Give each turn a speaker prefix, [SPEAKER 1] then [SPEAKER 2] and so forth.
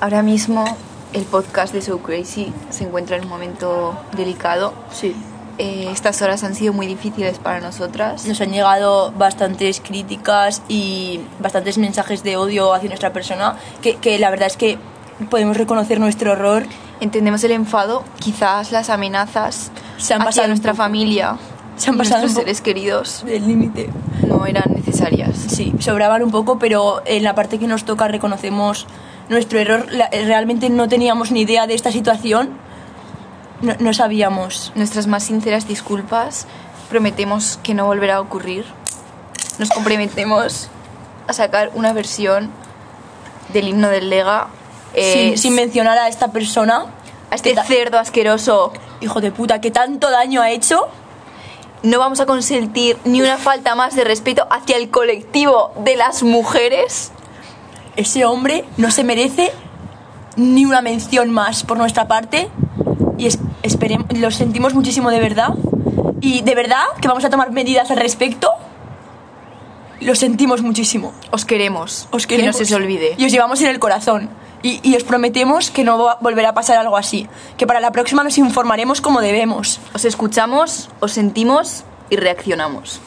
[SPEAKER 1] Ahora mismo el podcast de So Crazy se encuentra en un momento delicado.
[SPEAKER 2] Sí.
[SPEAKER 1] Eh, estas horas han sido muy difíciles para nosotras.
[SPEAKER 2] Nos han llegado bastantes críticas y bastantes mensajes de odio hacia nuestra persona, que, que la verdad es que podemos reconocer nuestro error.
[SPEAKER 1] Entendemos el enfado, quizás las amenazas
[SPEAKER 2] Se han
[SPEAKER 1] hacia
[SPEAKER 2] pasado
[SPEAKER 1] nuestra
[SPEAKER 2] un poco.
[SPEAKER 1] familia
[SPEAKER 2] Se han
[SPEAKER 1] y
[SPEAKER 2] pasado un
[SPEAKER 1] nuestros
[SPEAKER 2] poco.
[SPEAKER 1] seres queridos
[SPEAKER 2] El límite.
[SPEAKER 1] no eran necesarias.
[SPEAKER 2] Sí, sobraban un poco, pero en la parte que nos toca reconocemos nuestro error. La- realmente no teníamos ni idea de esta situación. No, no sabíamos.
[SPEAKER 1] Nuestras más sinceras disculpas. Prometemos que no volverá a ocurrir. Nos comprometemos a sacar una versión del himno del Lega. eh,
[SPEAKER 2] sin, sin mencionar a esta persona.
[SPEAKER 1] a este
[SPEAKER 2] que ta-
[SPEAKER 1] cerdo asqueroso.
[SPEAKER 2] Hijo de puta, que tanto daño ha hecho.
[SPEAKER 1] No vamos a consentir ni una falta más de respeto hacia el colectivo de las mujeres.
[SPEAKER 2] Ese hombre no se merece ni una mención más por nuestra parte. Y es- esperem- lo sentimos muchísimo de verdad. Y de verdad que vamos a tomar medidas al respecto. Lo sentimos muchísimo.
[SPEAKER 1] Os queremos.
[SPEAKER 2] Os queremos.
[SPEAKER 1] Que no se os olvide.
[SPEAKER 2] Y os llevamos en el corazón. Y, y os prometemos que no va- volverá a pasar algo así. Que para la próxima nos informaremos como debemos.
[SPEAKER 1] Os escuchamos, os sentimos y reaccionamos.